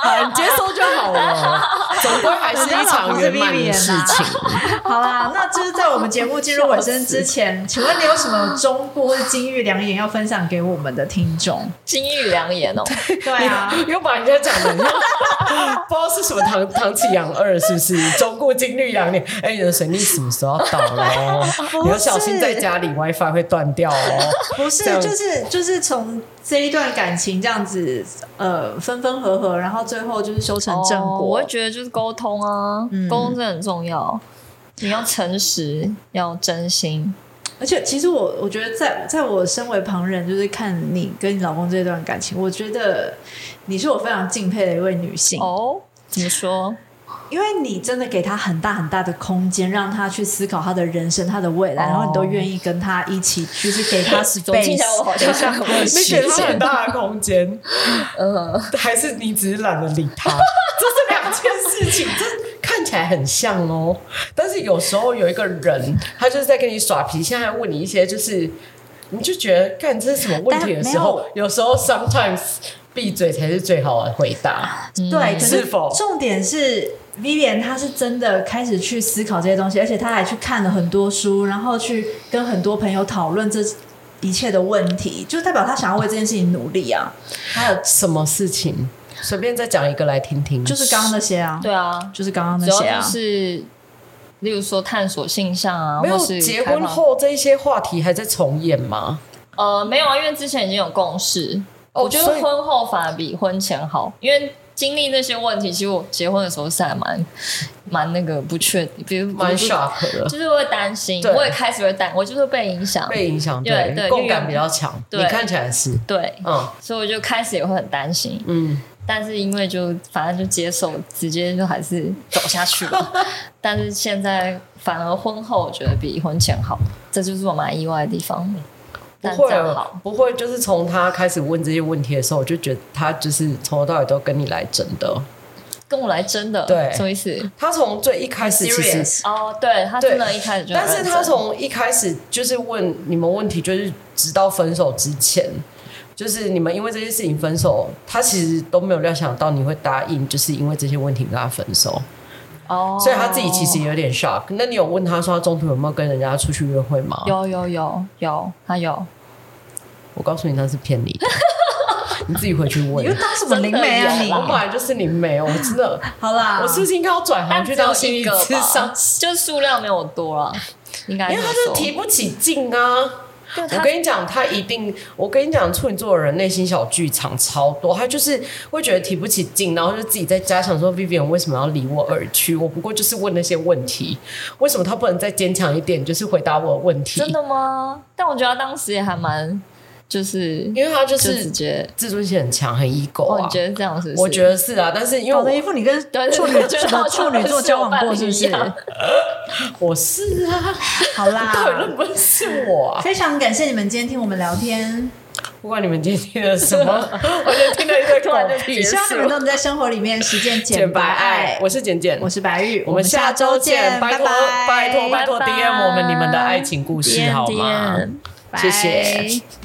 好，你接受就好 了，总归还是一场圆满
啊
的事情。
好啦，那就是在我们节目进入尾声之 前，请问你有什么忠告或者金玉良言要分享给我们的听众？
金玉良言哦，
对啊，
又把人家讲的，不知 道是什么唐唐启阳二是不是？中固金律两年，哎、你的水逆什么时候要到了 哦？你要小心在家里 WiFi 会断掉哦。
不
这
是，
样
就是就是从这一段感情这样子，呃，分分合合，然后最后就是修成正
哦
果。
我会觉得就是沟通啊，
嗯
沟通真的很重要。你要诚实，要真心，
而且其实我我觉得在在我身为旁人，就是看你跟你老公这段感情，我觉得你是我非常敬佩的一位女性，
哦，怎么说？
因为你真的给她很大很大的空间，让她去思考她的人生、她的未来，
哦
然后你都愿意跟她一起，就是给她 space。
总 听起来我好像像
你给他很大的空间，
呃，
还是你只是懒得理他？这是两件事情，这看起来很像哦。但是有时候有一个人，他就是在跟你耍脾气，他还问你一些就是，你就觉得干这是什么问题的时候，有时候 sometimes 闭嘴才是最好的回答。
对，可
是否
重点是 Vivian 她是真的开始去思考这些东西，而且她还去看了很多书，然后去跟很多朋友讨论这一切的问题，就代表她想要为这件事情努力啊。还有
什么事情？随便再讲一个来听听。
就是刚刚那些啊，
对啊，
就是刚刚
主
那些
要
啊
就。是，例如说探索性向啊，
没有
或是
结
开
婚
放，
后这一些话题还在重演吗？
呃，没有啊，因为之前已经有共识。
哦
我觉得
所以
婚后反而比婚前好，因为经历那些问题，其实我结婚的时候是还蛮蛮那个不确定，比如
蛮
比如
shock 的，
就是会担心，
对
我也开始会担，我就是会被影响，
被影响，
对对
共
因为
感比较强。
对
你看起来是，
对，
嗯
所以我就开始也会很担心，
嗯。
但是因为就反正就接受，直接就还是走下去了。 但是现在反而婚后我觉得比婚前好，这就是我蛮意外的地方。
不
但这
会
样
啊
好，，
不会，就是从他开始问这些问题的时候，我就觉得他就是从头到尾都跟你来真的。
跟我来真的，
对
什么意思？
他从最一开始其实
Serious
哦，对他真的一开始就很
但是他
认真
从一开始就是问你们问题，就是直到分手之前，就是你们因为这些事情分手，他其实都没有料想到你会答应，就是因为这些问题跟他分手，
哦，
所以他自己其实也有点 shock。那你有问他说他中途有没有跟人家出去约会吗？
有有有有，他有
我告诉你，他是骗 你的，你自己回去
你
问
又。当什么灵媒啊
真的
你
有？
我本来就是你没有，我真的。
好啦，
我是不是应该要转行
但只
去
有
当心
一
理
个
咨
吧
商？，
就数量没有多了，应该
因为他就
说
提不起劲啊！
对
我
他
跟你讲，他一定，我跟你讲，处女座的人内心小剧场超多，他就是会觉得提不起劲，然后就自己在家想说，Vivian 为什么要离我而去？我不过就是问那些问题，为什么他不能再坚强一点，就是回答我的问题？
真，的吗？但我觉得他当时也还蛮，就是
因为他就
就直
是
接，
自尊心很强，很 ego
哦，
啊
你。觉得这样是不是？
我觉得是啊，但是因
搞得一
为
副你跟
对对
处
对
女
就
什么
好
处
像
女座
是
交
我
往
伴
过
侣
是不
一
是？
样
我我是啊，
好啦，
到底 认不认识我啊？
非常感谢你们今天听我们聊天，
不管你们今天听了什么， 我就听了一堆狗屁
希望你
事
们。都能在生活里面实践
简
简
白
白
爱
爱，。
我是简简，
我是白玉，
我们下周见，拜
拜
托
拜，
拜托拜托
拜拜
DM 我们你们的爱情故事好吗？
点
谢
点
谢
拜